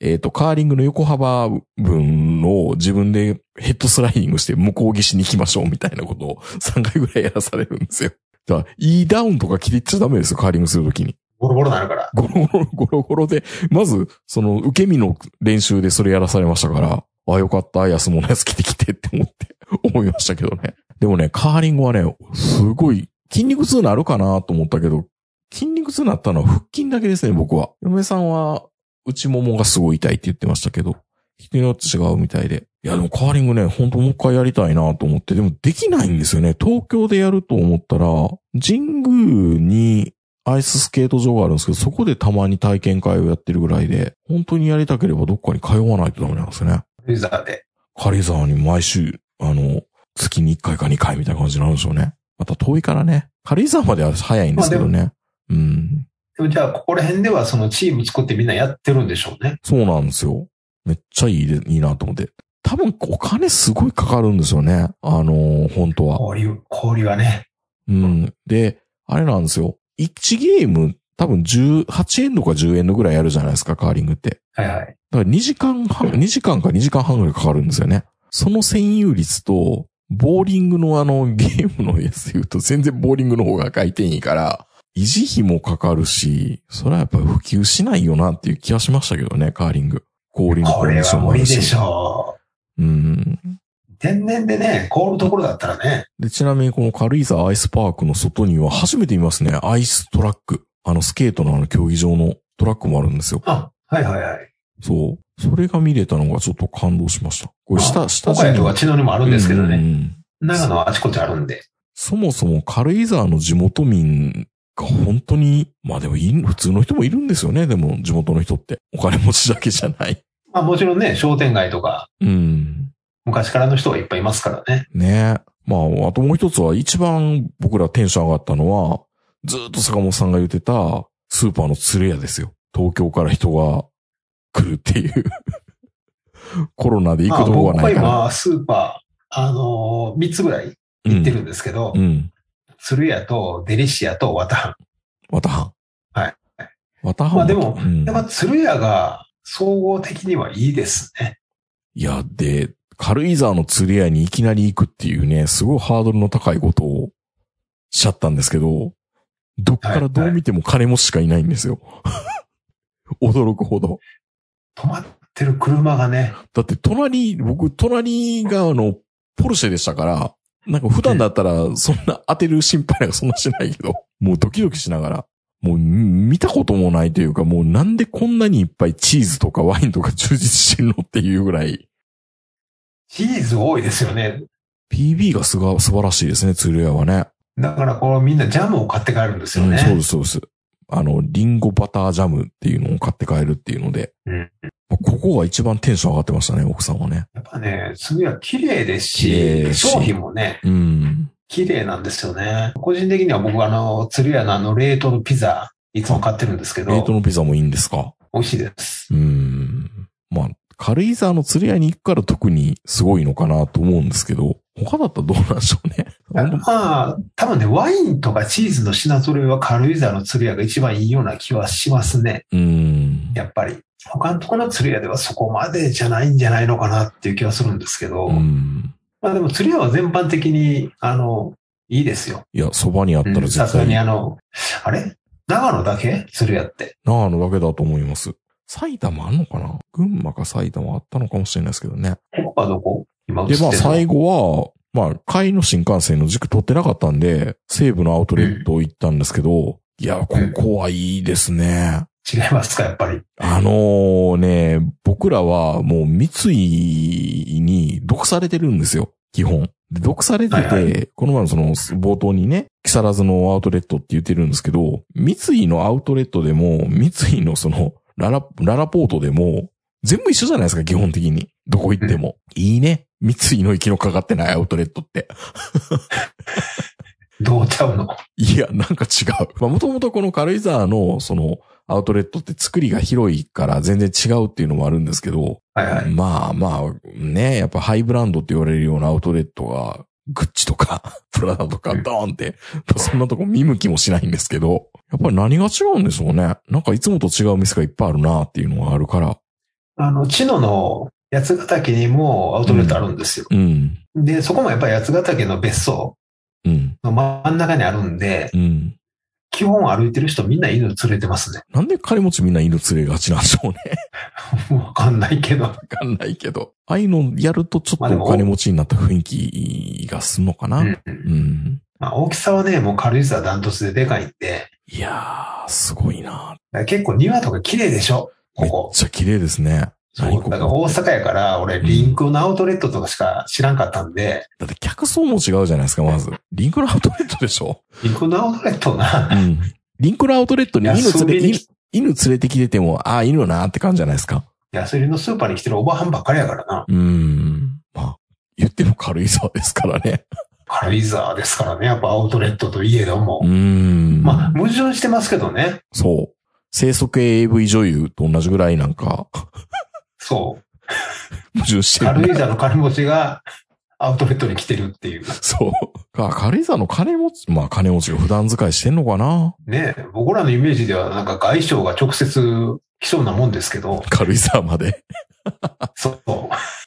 B: えっ、と、カーリングの横幅分を自分でヘッドスライディングして向こう岸に行きましょうみたいなことを3回ぐらいやらされるんですよ。だから、E ダウンとか着ていっちゃダメですよ、カーリングするときに。
C: ボロボロなるから。
B: ゴロゴロ、ゴロゴロで、まず、その、受け身の練習でそれやらされましたから、あ、よかった、安物のやつ着てきてって思って、思いましたけどね。でもね、カーリングはね、すごい、筋肉痛なるかなと思ったけど、筋肉痛になったのは腹筋だけですね、僕は。嫁さんは、内ももがすごい痛いって言ってましたけど、人によって違うみたいで。いや、でもカーリングね、本当もう一回やりたいなと思って、でもできないんですよね。東京でやると思ったら、神宮にアイススケート場があるんですけど、そこでたまに体験会をやってるぐらいで、本当にやりたければどっかに通わないとダメなんですよね。
C: ユーザーで。
B: 軽井沢に毎週、あの、月に1回か2回みたいな感じになるんでしょうね。また遠いからね。軽井沢までは早いんですけどね。うん。
C: でもじゃあ、ここら辺ではそのチーム作ってみんなやってるんでしょうね。
B: そうなんですよ。めっちゃいいで、いいなと思って。多分お金すごいかかるんですよね。あのー本当は。
C: 氷を、氷はね。
B: うん。で、あれなんですよ。1ゲーム、多分18円とか10円のぐらいやるじゃないですか、カーリングって。
C: はいはい。
B: だから2時間半、2時間か2時間半ぐらいかかるんですよね。その占有率と、ボーリングのあのゲームのやつで言うと全然ボーリングの方が回転いいから、維持費もかかるし、それはやっぱり普及しないよなっていう気がしましたけどね、カーリング。氷の
C: こ
B: コンデ
C: れ
B: ィショ
C: は
B: ンもあ
C: 無理
B: る
C: でし
B: し。
C: ょ
B: うん。
C: う。天然でね、凍るところだったらね。
B: で、ちなみにこの軽井沢アイスパークの外には初めて見ますね。アイストラック。あのスケートのあの競技場のトラックもあるんですよ。
C: あ、はいはいはい。
B: そう。それが見れたのがちょっと感動しました。これ下、下
C: 北
B: 地に
C: 海道は千野にもあるんですけど
B: う
C: ね。
B: ん
C: 長野はあちこちあるんで。
B: そもそも軽井沢の地元民が本当に、まあでもい普通の人もいるんですよね。でも地元の人って。お金持ちだけじゃない。
C: まあもちろんね、商店街とか、
B: うん。
C: 昔からの人はいっぱいいますからね。
B: ねえ。まあ、あともう一つは一番僕らテンション上がったのは、ずっと坂本さんが言ってたスーパーの連れ屋ですよ。東京から人が来るっていう。 コロナで行
C: ま
B: く
C: あ
B: とこが
C: 僕
B: な
C: はい
B: から。
C: 今、スーパー、あのー、3つぐらい行ってるんですけど、
B: うん。うん。
C: 鶴屋とデリシアとワタハン。
B: わたはん。
C: はい。
B: わたはん。
C: まあでも
B: うん
C: やっぱ鶴屋が総合的にはいいですね。
B: いや、で、軽井沢の釣り屋にいきなり行くっていうね、すごいハードルの高いことをしちゃったんですけど、どっからどう見ても金持ちしかいないんですよ。 驚くほど。
C: 止まってる車がね、
B: だって隣、僕、隣があの、ポルシェでしたから、なんか普段だったらそんな当てる心配なんかそんなしないけど、もうドキドキしながら、もうみ見たこともないというか、もうなんでこんなにいっぱいチーズとかワインとか充実してんのっていうぐらい、
C: チーズ多いですよね。
B: PB がすが素晴らしいですね、鶴屋はね。
C: だからこうみんなジャムを買って帰るんですよ
B: うん、そうで
C: ね。
B: す、そうです。あの、リンゴバタージャムっていうのを買って帰るっていうので、
C: うん
B: まあここが一番テンション上がってましたね、奥さんはね。
C: やっぱね、鶴屋綺麗です
B: 綺麗で
C: し、
B: すし
C: 商品もね、
B: うん。
C: 綺麗なんですよね。個人的には僕あの、鶴屋のあの冷凍のピザ、いつも買ってるんですけ
B: 冷
C: ど
B: 凍、のピザもいいんですか
C: 美味しいです。
B: うーん。まあ、軽井沢の釣り屋に行くから特にすごいのかなと思うんですけど、他だったらどうなんでしょうね。
C: あのまあ、多分ね、ワインとかチーズの品揃えは軽井沢の鶴屋が一番いいような気はしますね。
B: うーん。
C: やっぱり。他のところの鶴屋ではそこまでじゃないんじゃないのかなっていう気はするんですけど、
B: うん。
C: まあでも釣り屋は全般的に、あの、いいですよ。
B: いや、そばにあったら
C: うん
B: 絶
C: さすが
B: 対、
C: に
B: 長
C: あの、あれ長野だけ釣り屋って。
B: 野だけだと思います。埼玉あんのかな群馬か埼玉あったのかもしれないですけどね。
C: ここはどこ今映って
B: で、
C: る
B: まあ最
C: の
B: 後は、まあ、帰りの新幹線の軸取ってなかったんで、西部のアウトレット行ったんですけど、いや、ここはいいですね。
C: 違いますかやっぱり。
B: あのーね、僕らはもう三井に毒されてるんですよ、基本。で毒されてて、
C: はいは
B: この前のその冒頭にね、木更津のアウトレットって言ってるんですけど、三井のアウトレットでも、三井のそのララ、ララポートでも、全部一緒じゃないですか、基本的に。どこ行っても。いいね。三井の息のかかってないアウトレットって。
C: どうちゃうの
B: いや、なんか違う。まあ、もともとこの軽井沢の、その、アウトレットって作りが広いから全然違うっていうのもあるんですけど、
C: はいはい。
B: まあまあ、ね、やっぱハイブランドって言われるようなアウトレットが、グッチとか、 プラダとか、
C: うん
B: ドーンって、そんなとこ見向きもしないんですけど、やっぱり何が違うんでしょうね。なんかいつもと違う店がいっぱいあるなっていうのがあるから。
C: あの、知野の八ヶ岳にもアウトレットあるんですよ。
B: うん、
C: で、そこもやっぱり八ヶ岳の別荘
B: うん、
C: の真ん中にあるんで、
B: うん。
C: 基本歩いてる人みんな犬連れてますね。
B: なんで金持ちみんな犬連れがちなんでしょうね。
C: わかんないけど。
B: わかんないけど。ああいうのやるとちょ
C: ま
B: っ
C: あで
B: と
C: も
B: お金持ちになった雰囲気がすんのかな。
C: うん
B: うん。
C: まあ、大きさはね、もう軽井沢ダントツででかいんで、
B: いやー、すごいな
C: 結構庭とか綺麗でしょ
B: め
C: こ
B: っ
C: こ。
B: ちゃ綺麗ですね。
C: そうだから大阪やから、俺、
B: うん
C: リンクのアウトレットとかしか知らんかったんで、
B: だって客層も違うじゃないですか、まず。 リンクのアウトレットでしょ
C: リンクのアウトレット
B: う
C: な、
B: ん。リンクのアウトレットに犬
C: 安売
B: 連れ、
C: りに
B: 犬犬連れてきてても、ああ、犬なーって感じじゃないですか。
C: 安売りのスーパーに来てるおばはんばっかりやからな、
B: うーん。まあ、言っても軽井沢ですからね。
C: 軽井沢ですからね、やっぱアウトレットといえど
B: うー
C: も。
B: ん。
C: まあ、矛盾してますけどね。
B: そう。生息 AV 女優と同じぐらいなんか、
C: そう。
B: 矛盾してる
C: 軽
B: ね。
C: 井沢の金持ちがアウトレットに来てるっていう。
B: そう。か、軽井沢の金持ち、まあ金持ちが普段使いしてんのかな
C: ねえ僕らのイメージではなんか外相が直接来そうなもんですけ ど、
B: 軽井沢まで。
C: そう。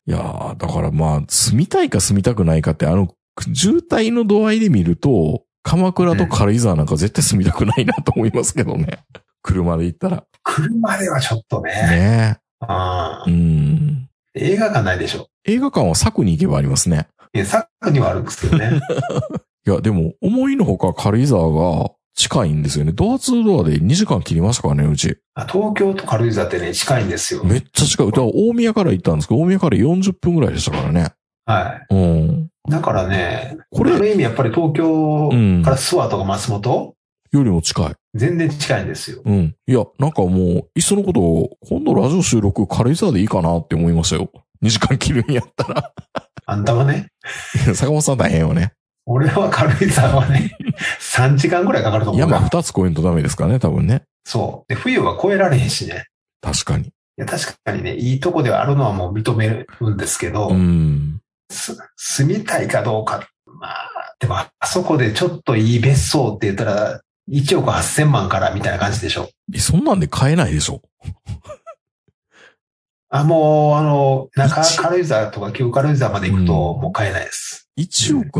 B: いやー、だからまあ、住みたいか住みたくないかって、あの、渋滞の度合いで見ると、鎌倉と軽井沢なんか絶対住みたくないなと思いますけどね。 車で行ったら。
C: 車ではちょっとね。
B: ね
C: あ
B: え。うん。
C: 映画館ないでしょ。
B: 映画館は柵に行けばありますね。
C: いや、サックにはあるんですけど ね。
B: いや、でも、思いのほか軽井沢が近いんですよね。ドアツードアで2時間切りましたからね、うち。
C: あ東京と軽井沢ってね、近いんですよ。
B: めっちゃ近い。だから大宮から行ったんですけど、大宮から40分ぐらいでしたからね。
C: は
B: うん。
C: い。だからね、
B: こ
C: ある
B: れ
C: 意味やっぱり東京
B: うん
C: から諏訪とか松本、
B: よりも近い。
C: 全然近いんですよ。
B: うん。いや、なんかもう、いっそのことを、今度ラジオ収録軽井沢でいいかなって思いましたよ。2時間切るんやったら。
C: あんたはね、
B: 坂本さん大変よね。
C: 俺は軽井沢は ね、3時間ぐらいかかると思うな。
B: 山2つ越えんとダメですからね、多分ね。
C: そう。で、冬は越えられへんしね。
B: 確かに。
C: いや、確かにね、いいとこではあるのはもう認めるんですけど、
B: うん。
C: す住みたいかどうか、まあ、でも、あそこでちょっといい別荘って言ったら、1億8000万からみたいな感じでしょ。
B: えそんなんで買えないでしょ。
C: あ、もう、あの、中
B: 一
C: 軽井沢とか旧軽井沢まで行くと、
B: うん
C: もう買えないです。
B: 1億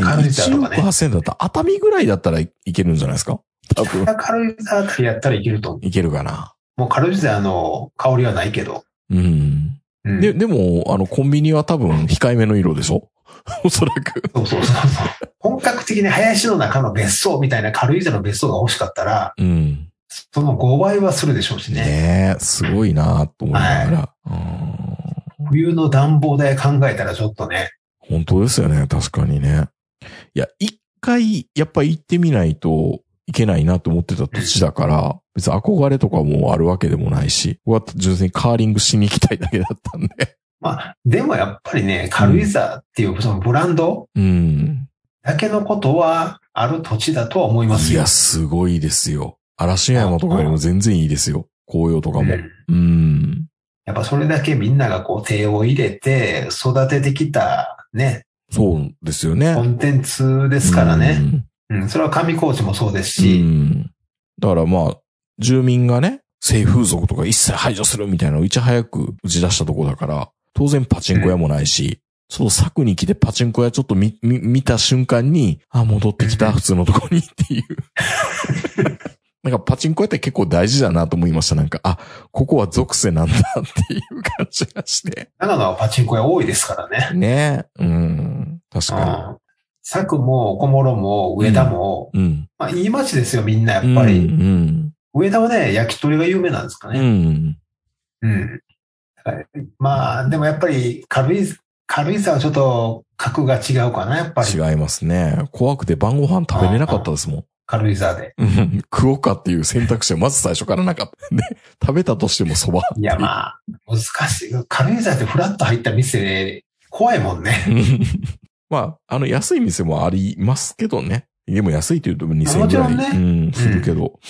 C: 北軽井沢
B: 1
C: とか
B: 億
C: ね
B: 8000だったら熱海ぐらいだったらいけるんじゃないですか多 分。
C: 北軽井沢あたりやったらいけると思
B: いけるかな。
C: う。もう軽井沢の香りはないけど。
B: うん。
C: うん、
B: で、でも、あの、コンビニは多分控えめの色でしょ おそらく。
C: そうそうそう そう。本格的に林の中の別荘みたいな軽井沢の別荘が欲しかったら、
B: うん。
C: その5倍はするでしょうしね。
B: ねえ、すごいなと思いながら。うん
C: 冬の暖房代考えたらちょっとね。
B: 本当ですよね、確かにね。いや、一回、やっぱ行ってみないといけないなと思ってた土地だから、別に憧れとかもあるわけでもないし、僕は純粋にカーリングしに行きたいだけだったんで。
C: まあ、でもやっぱりね、軽井沢っていうそのブランド
B: うん。
C: だけのことはある土地だとは思います
B: い
C: よ。
B: や、すごいですよ。嵐山とかよりも全然いいですよ。紅葉とか
C: う
B: も。
C: ん
B: うん。
C: やっぱそれだけみんながこう手を入れて育ててきたね、
B: そうですよね。
C: コンテンツで
B: です
C: からね。。うん、それは上高地もそうです
B: う
C: し、
B: ん。だからまあ、住民がね、性風俗とか一切排除するみたいなのをいち早く打ち出したとこだから、当然パチンコ屋もないし、その柵に来てパチンコ屋ちょっと見、見、見た瞬間に、あ、戻ってき
C: う
B: た、
C: ん
B: 普通のとこにっ ていう。なんかパチンコ屋って結構大事だなと思いました。なんか、あ、ここは属性なんだっていう感じがして。
C: 長野はパチンコ屋多いですからね。
B: ねうん。確
C: う
B: か
C: ん。佐久も小諸も上田も、
B: に。うん。
C: まあいい街ですよ、みんなやっ
B: うん
C: ぱり。
B: うん。
C: 上田はね、焼き鳥が有名なんですか
B: う
C: ね。
B: ん。
C: うん。だからまあ、でもやっぱり軽井、軽井沢はちょっと格が違うかな、やっぱり。
B: 違いますね。怖くて晩ご飯食べれなかったですもん。
C: 軽井沢で。
B: うん食おうかっていう選択肢はまず最初からなかったんで、 食べたとしてもそば。
C: いや、まあ、難しい。軽井沢ってフラッと入った店、怖いもんね。
B: うん まあ、あの、安い店もありますけどね。でも安いというと2000円
C: も
B: ぐ
C: ち
B: ら
C: ろ
B: い、
C: んね
B: うん、するけど、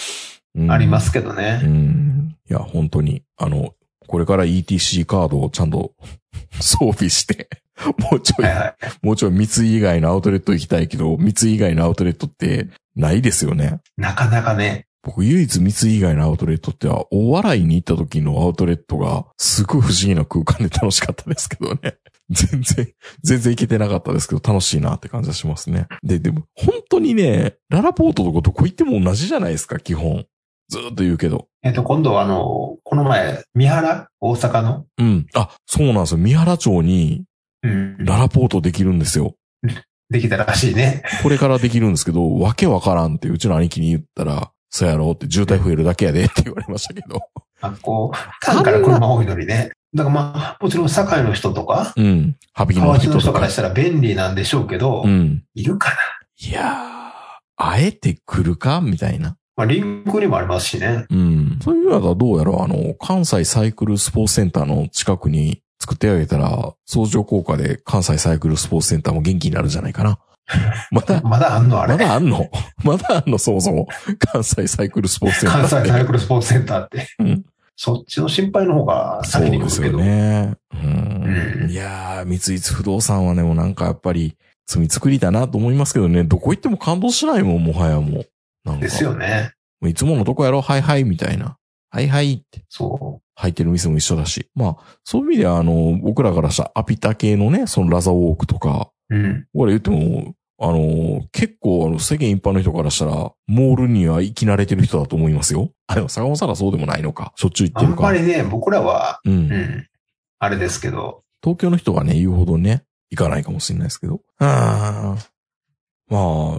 B: うん
C: ありますけど
B: う
C: ね。
B: ん。いや、本当に、あの、これから ETC カードをちゃんと 装備して、 もうちょい
C: はい、はい。
B: もうちょい三井以外のアウトレット行きたいけど、三井以外のアウトレットってないですよね。
C: なかなかね。
B: 僕唯一三井以外のアウトレットっては、大洗に行った時のアウトレットが、すごい不思議な空間で楽しかったですけどね。 全然、全然行けてなかったですけど、楽しいなって感じがしますね。で、でも、本当にね、ララポートとかどこ行っても同じじゃないですか、基本。ずーっと言うけど。
C: えっと、今度はあの、この前、三原大阪の。
B: うん。あ、そうなんですよ。三原町に
C: うん。
B: ララポートできるんですよ。
C: できたらしいね。
B: これからできるんですけど、 わけわからんってうちの兄貴に言ったら、そうやろうって渋滞増えるだけやでって言われましたけど。
C: あこう、関から車多いのにね。だからまあ、もちろん堺の人とか、
B: うん。ハビ
C: 川
B: の
C: 内の
B: 人
C: 人
B: と
C: か。
B: から
C: したら便利なんでしょうけど、
B: うん。
C: いるかな。
B: いやー、あえて来るかみたいな。
C: まあ、リンクにもありますしね。
B: うん。そういうのはどうやら、あの、関西サイクルスポーツセンターの近くに作ってあげたら、相乗効果で関西サイクルスポーツセンターも元気になるんじゃないか な。まだ、
C: まだあんのあ
B: ま
C: れ。
B: だあんの まだあんのそもそも。関西サイクルスポーツセンター
C: 関
B: って。
C: 西サイクルスポーツセンターって。
B: うん
C: そっちの心配の方が
B: そう
C: 先に
B: で
C: 来
B: す
C: るけ
B: よ
C: ど。
B: ね。うん
C: う。ん
B: いやー、三井不動産はね、もうなんかやっぱり、積み作りだなと思いますけどね、どこ行っても感動しないもん、もはやもう。なんか。
C: ですよね。
B: もういつものとこやろはいはい、みたいな。はいはいって。
C: そ
B: 入ってる店も一緒だし。まあ、そういう意味では、あの、僕らからしたらアピタ系のね、そのラザウォークとか、
C: う。うん。
B: これ言っても、あの、結構、あの、世間一般の人からしたら、モールには生き慣れてる人だと思いますよ。あ、でも坂本さんらそうでもないのか。しょっちゅう行っ
C: あ
B: て
C: ん
B: るか。
C: まりね、僕らは、
B: う。
C: うんん。あれですけど、
B: 東京の人がね、言うほどね、行かないかもしれないですけど。ああ。まあ、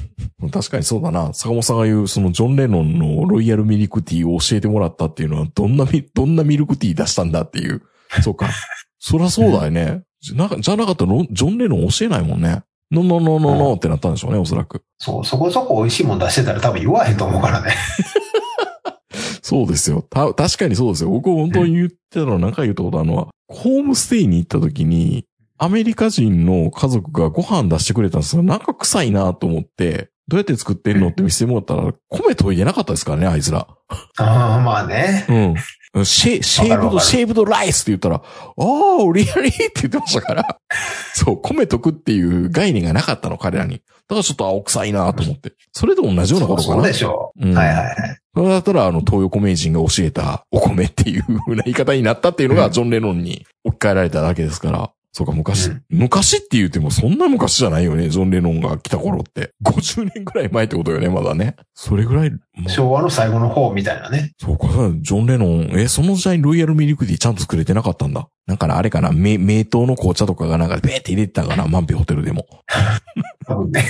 B: 確かにそうだな。坂本さんが言う、そのジョン・レノンのロイヤルミルクティーを教えてもらったっていうのは、どんなミ、どんなミルクティー出したんだっていう。そうか。 そりゃそうだよね。じゃなかじゃなかったらロン、ジョン・レノン教えないもんね。のののののってなったんでしょうね、おそらく。
C: そう、そこそこ美味しいもん出してたら多分言わへんと思うからね。
B: そうですよ。た、確かにそうですよ。僕本当に言ってたのは、何回言ったことあるのは、ホームステイに行った時に、アメリカ人の家族がご飯出してくれたんですよ。なんか臭いなと思って、どうやって作ってんのって見せてもらったら、米研いでなかったですからね、あいつら。
C: ああ、まあね。
B: うん。シェシェーブド、シェーブドライスって言ったら、ああ、リアリーって言ってまし たから、そう、米とくっていう概念がなかったの、彼らに。だからちょっと青臭いなと思って。それと同じようなことかな。
C: そうでしょう。
B: うん
C: はいはいはい。
B: それだったら、あの、東横名人が教えたお米っていう風な言い方になったっていうの
C: う
B: が、
C: ん
B: ジョン・レノンに置き換えられただけですから。そうか、昔、
C: うん
B: 昔って言ってもそんな昔じゃないよね、ジョン・レノンが来た頃って。50年くらい前ってことよね、まだね。それぐらい、まあ
C: 昭和の最後の方みたいなね。
B: そうか、ジョン・レノン、え、その時代ロイヤルミルクティーちゃんと作れてなかったんだ。なんかなあれかな、名、名刀の紅茶とかがなんかベーって入れてたかな、万平ホテルでも。
C: 多分ね。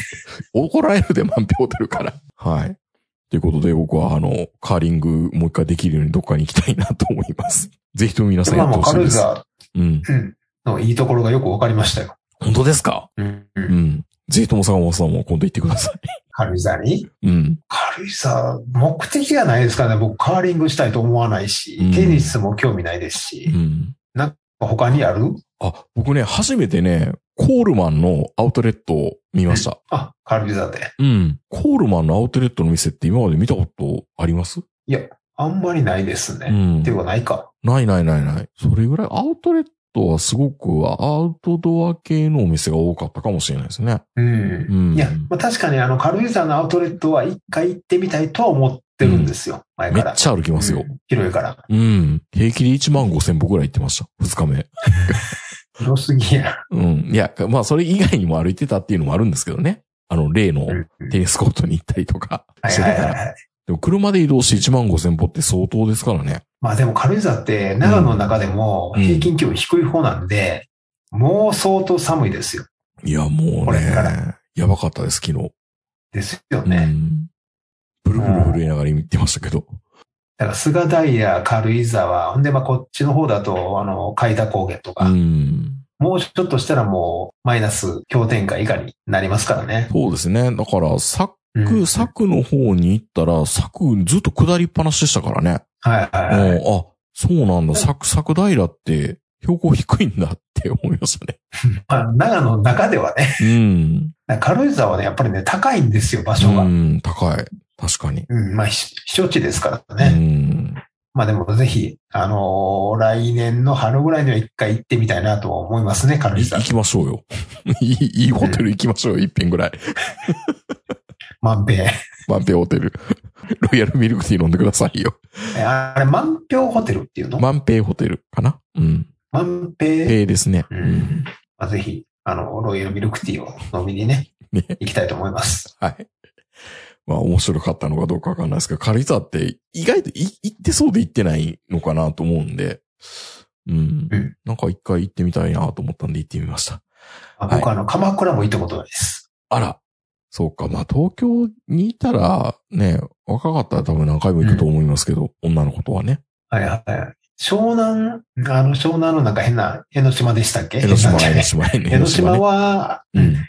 B: 怒られるで万平ホテルから。はい。ということで僕はあの、カーリングもう一回できるようにどっかに行きたいなと思います。 ぜひとも皆さんや
C: まあ
B: って
C: もう
B: ほしい
C: 軽
B: で
C: 井
B: す。
C: 沢
B: うん。
C: うんのいいところがよくわかりましたよ。
B: 本当ですか
C: うん。
B: うん。ぜひとも坂本さんも今度行ってくださ
C: 軽井沢に
B: い。 うん。
C: 軽井沢、目的がないですからね。僕、カーリングしたいと思わないし
B: うん、
C: テニスも興味ないですし、
B: うん。
C: 他にある
B: あ、僕ね、初めてね、コールマンのアウトレットを見ました。
C: あ、軽井沢で。
B: うん。コールマンのアウトレットの店って今まで見たことあります
C: いや、あんまりないです
B: う
C: ね。
B: ん
C: で。はないか。
B: ないないないない。それぐらいアウトレットはすごくアウトドア系のお店が多かったかもしれないですね。
C: うん。
B: うん
C: いや、まあ、確かにあの、軽井沢のアウトレットは一回行ってみたいとは思ってるんですよ。前
B: め
C: か
B: っ
C: ら。
B: ちゃ歩きますよ
C: う。ん広いから。
B: うん。平気で1万5千歩ぐらい行ってました。2日目。
C: 広すぎや。
B: うん。いや、まあそれ以外にも歩いてたっていうのもあるんですけどね。あの、例の
C: うん
B: テニスコートに行ったりとか
C: はい
B: して
C: はい
B: たか
C: はい
B: ら。
C: はい。
B: でも車で移動して1万5千歩って相当ですからね。
C: まあでも軽井沢って長野の中でも平均気温低い方なんで、もう相当寒いですよ。
B: いや、もう
C: これから
B: ね。やばかったです、昨日。
C: ですよ
B: う
C: ね。
B: ん。ブルブル震えながら見てましたけど。
C: だから菅平、軽井沢、ほんでまあこっちの方だと、あの、海田高原と
B: う
C: か、
B: ん。
C: もうちょっとしたらもうマイナス氷点下以下になりますからね。
B: そうですね。だから、柵、
C: うん
B: 柵の方に行ったら、柵ずっと下りっぱなしでしたからね。
C: はいはいはい。
B: もうあ、そうなんだ。柵、柵平って、標高低いんだって思いましたね。
C: まあ長野の中ではね、
B: うん。
C: 軽井沢はね、やっぱりね、高いんですよ、場所が。
B: う
C: うん
B: ん、高い。確かに。
C: まあ、避避暑地ですから
B: う
C: ね。
B: ん。
C: まあでもぜひ、あのー来年の春ぐらいには一回行ってみたいなとは思いますね、軽
B: い
C: 井沢
B: 行。きましょうよ。いい、いいホテル行きましょうよ。一遍ぐらい。
C: 万平。
B: 万平ホテル。ロイヤルミルクティー飲んでくださいよ。
C: えあれ、万票ホテルっていうの
B: 万平ホテルかなうん。
C: 万平。
B: 平ですね。
C: う
B: うん
C: ん。まあ、ぜひ、あの、ロイヤルミルクティーを飲みにね、
B: ね
C: 行きたいと思います。
B: はい。まあ面白かったのかどうかわかんないですけど、軽井沢って意外とい行ってそうで行ってないのかなと思うんで、うん。
C: うん
B: なんか一回行ってみたいなと思ったんで行ってみました。
C: あ
B: はい
C: 僕、あの、鎌倉も行ったことないです。
B: あら。そうか。まあ東京にいたら、ね、若かったら多分何回も行くと思いますけど、女の子とはね。
C: はいはいはい。湘南、あの、江南のなんか変な、江ノ島でしたっけ
B: 江ノ島、
C: 変
B: 江
C: な
B: ノ島、
C: 江ノ島
B: ね。
C: は、
B: う
C: うん
B: ん。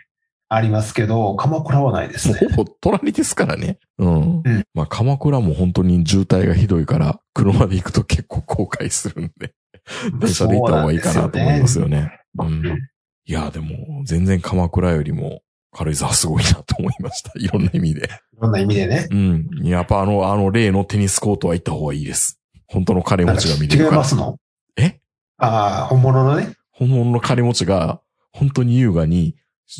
C: ありますけど、鎌倉はないです
B: も
C: ね。
B: うほぼ隣ですからね。うん。
C: うん
B: まあ、鎌倉も本当に渋滞がひどいから、車で行くと結構後悔するんで、電車で行った方がいいかなと思いますよね。う
C: うん
B: ん。いや、でも、全然鎌倉よりも、軽井沢すごいなと思いました。いろんな意味で。
C: いろんな意味でね。
B: うん。やっぱあの、あの例のテニスコートは行った方がいいです。本当の金
C: なん
B: 持
C: か
B: ちが見れ
C: 違
B: る
C: い
B: から
C: ま。すの
B: え
C: ああ、本物のね。
B: 本物の金持ちが、本当に優雅に、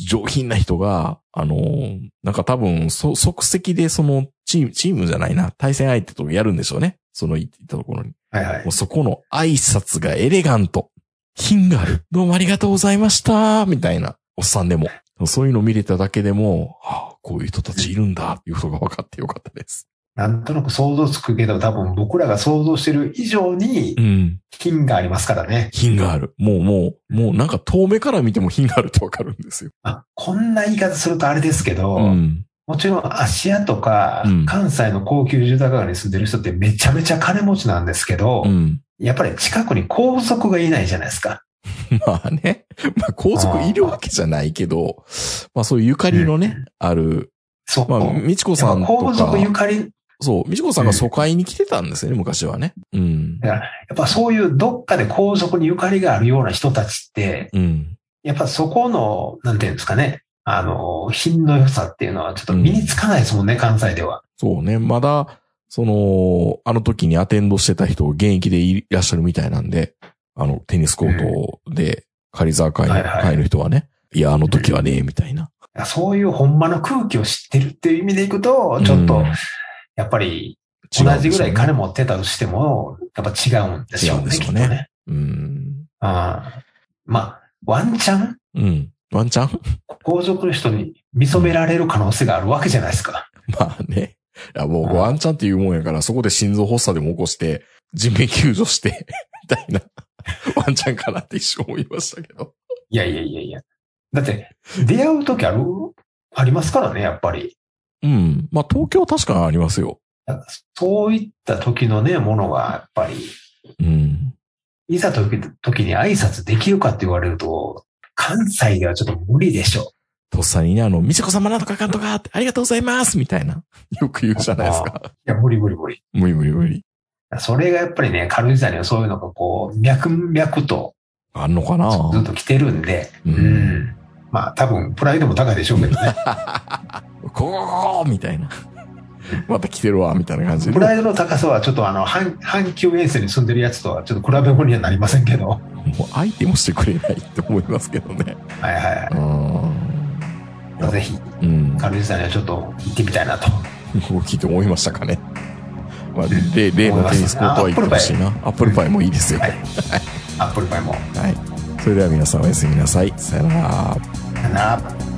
B: 上品な人が、あのーなんか多分、そ、即席でその、チーム、チームじゃないな、対戦相手とやるんでしょうね。その、行ったところに。
C: はいはい
B: もう。そこの挨拶がエレガント。品がある。どうもありがとうございました。みたいな、おっさんでも。そういうの見れただけでも、ああ、こういう人たちいるんだ、っていうことが分かってよかったです。
C: なんとなく想像つくけど、多分僕らが想像してる以上に
B: うん。
C: 金がありますからね。
B: 品がある。もうもう、もうなんか遠目から見ても品があるって分かるんですよ。
C: あこんな言い方するとあれですけど、
B: うん。
C: もちろん芦屋とか
B: うん
C: 関西の高級住宅街に住んでる人ってめちゃめちゃ金持ちなんですけど、
B: うん。
C: やっぱり近くに皇族がいないじゃないですか。
B: まあね。まあ、皇族いるわけじゃないけど、まあそういうゆかりのね、
C: うん
B: ある。
C: そう。
B: まあ、美智子さ
C: やっ
B: ん
C: ぱ
B: と
C: 皇族ゆ
B: か、
C: かり、
B: そう、美智子さんが疎開に来てたんですよね、昔はね。うん。
C: だからやっぱそういうどっかで皇族にゆかりがあるような人たちって、
B: うん。
C: やっぱそこの、なんていうんですかね、あの、品の良さっていうのはちょっと身につかないですもんね、関西では。
B: そうね。まだ、その、あの時にアテンドしてた人、現役でいらっしゃるみたいなんで、あの、テニスコートで、仮沢会の,、
C: はいはい
B: 会の人はね、いや、あの時はね、みたいな。
C: いやそういうほんまの空気を知ってるっていう意味でいくと、ちょっ
B: う
C: と
B: ん、
C: やっぱり、
B: 違
C: 同
B: うん
C: じ
B: で
C: ぐ
B: すよ
C: ら
B: ね
C: い金持ってたとしても、やっぱ違うんですよ
B: 違う
C: ね。
B: んです
C: き
B: よ
C: っと
B: ね
C: ね。
B: うん。
C: ああまあ、ワンチャン、
B: うん。ワンチャン
C: 皇族の人に認められる可能性があるわけじゃないですか。
B: まあね。いや、も
C: は
B: う
C: い
B: ワンチャンっていうもんやから、そこで心臓発作でも起こして、人命救助して、 みたいな、ワンチャンかなって一瞬思いましたけど。
C: いやいやいやいや。だって、出会うときある、ありますからね、やっぱり。
B: うん。まあ、東京は確かにありますよ。
C: そういった時のね、ものが、やっぱり、
B: うん。
C: いざとき時に挨拶できるかって言われると、関西ではちょっと無理でしょ
B: とっさにね、あの、みちこ様なんとかかんとかって、ありがとうございますみたいな。よく言うじゃないですか。
C: う。いや、無理無理無理。
B: 無理無理無理。
C: それがやっぱりね、軽井沢にはそういうのがこう、脈々と
B: あんのか
C: ずっ
B: な
C: と来てるんで、
B: う
C: うんん。まあ多分、プライドも高いでしょうけどね。
B: ここここみたいな。また来てるわ、みたいな感じ
C: プ
B: で。
C: ライドの高さはちょっとあの、阪阪急沿線に住んでるやつとはちょっと比べ物にはなりませんけど。は
B: もう相手もしてくれないって思いますけどね。
C: いはいは
B: う
C: いまあ。ぜひ、
B: ーん。うん。
C: 軽井沢にはちょっと行ってみたいなと。
B: 動きって思いましたかね。まあ、例、例のテニスコートは行ってほしいな。アップルパイもいいですよ。
C: は
B: はいい。
C: アップルパイも。
B: それでは皆さんおやすみなさい。さよなら。
C: さよなら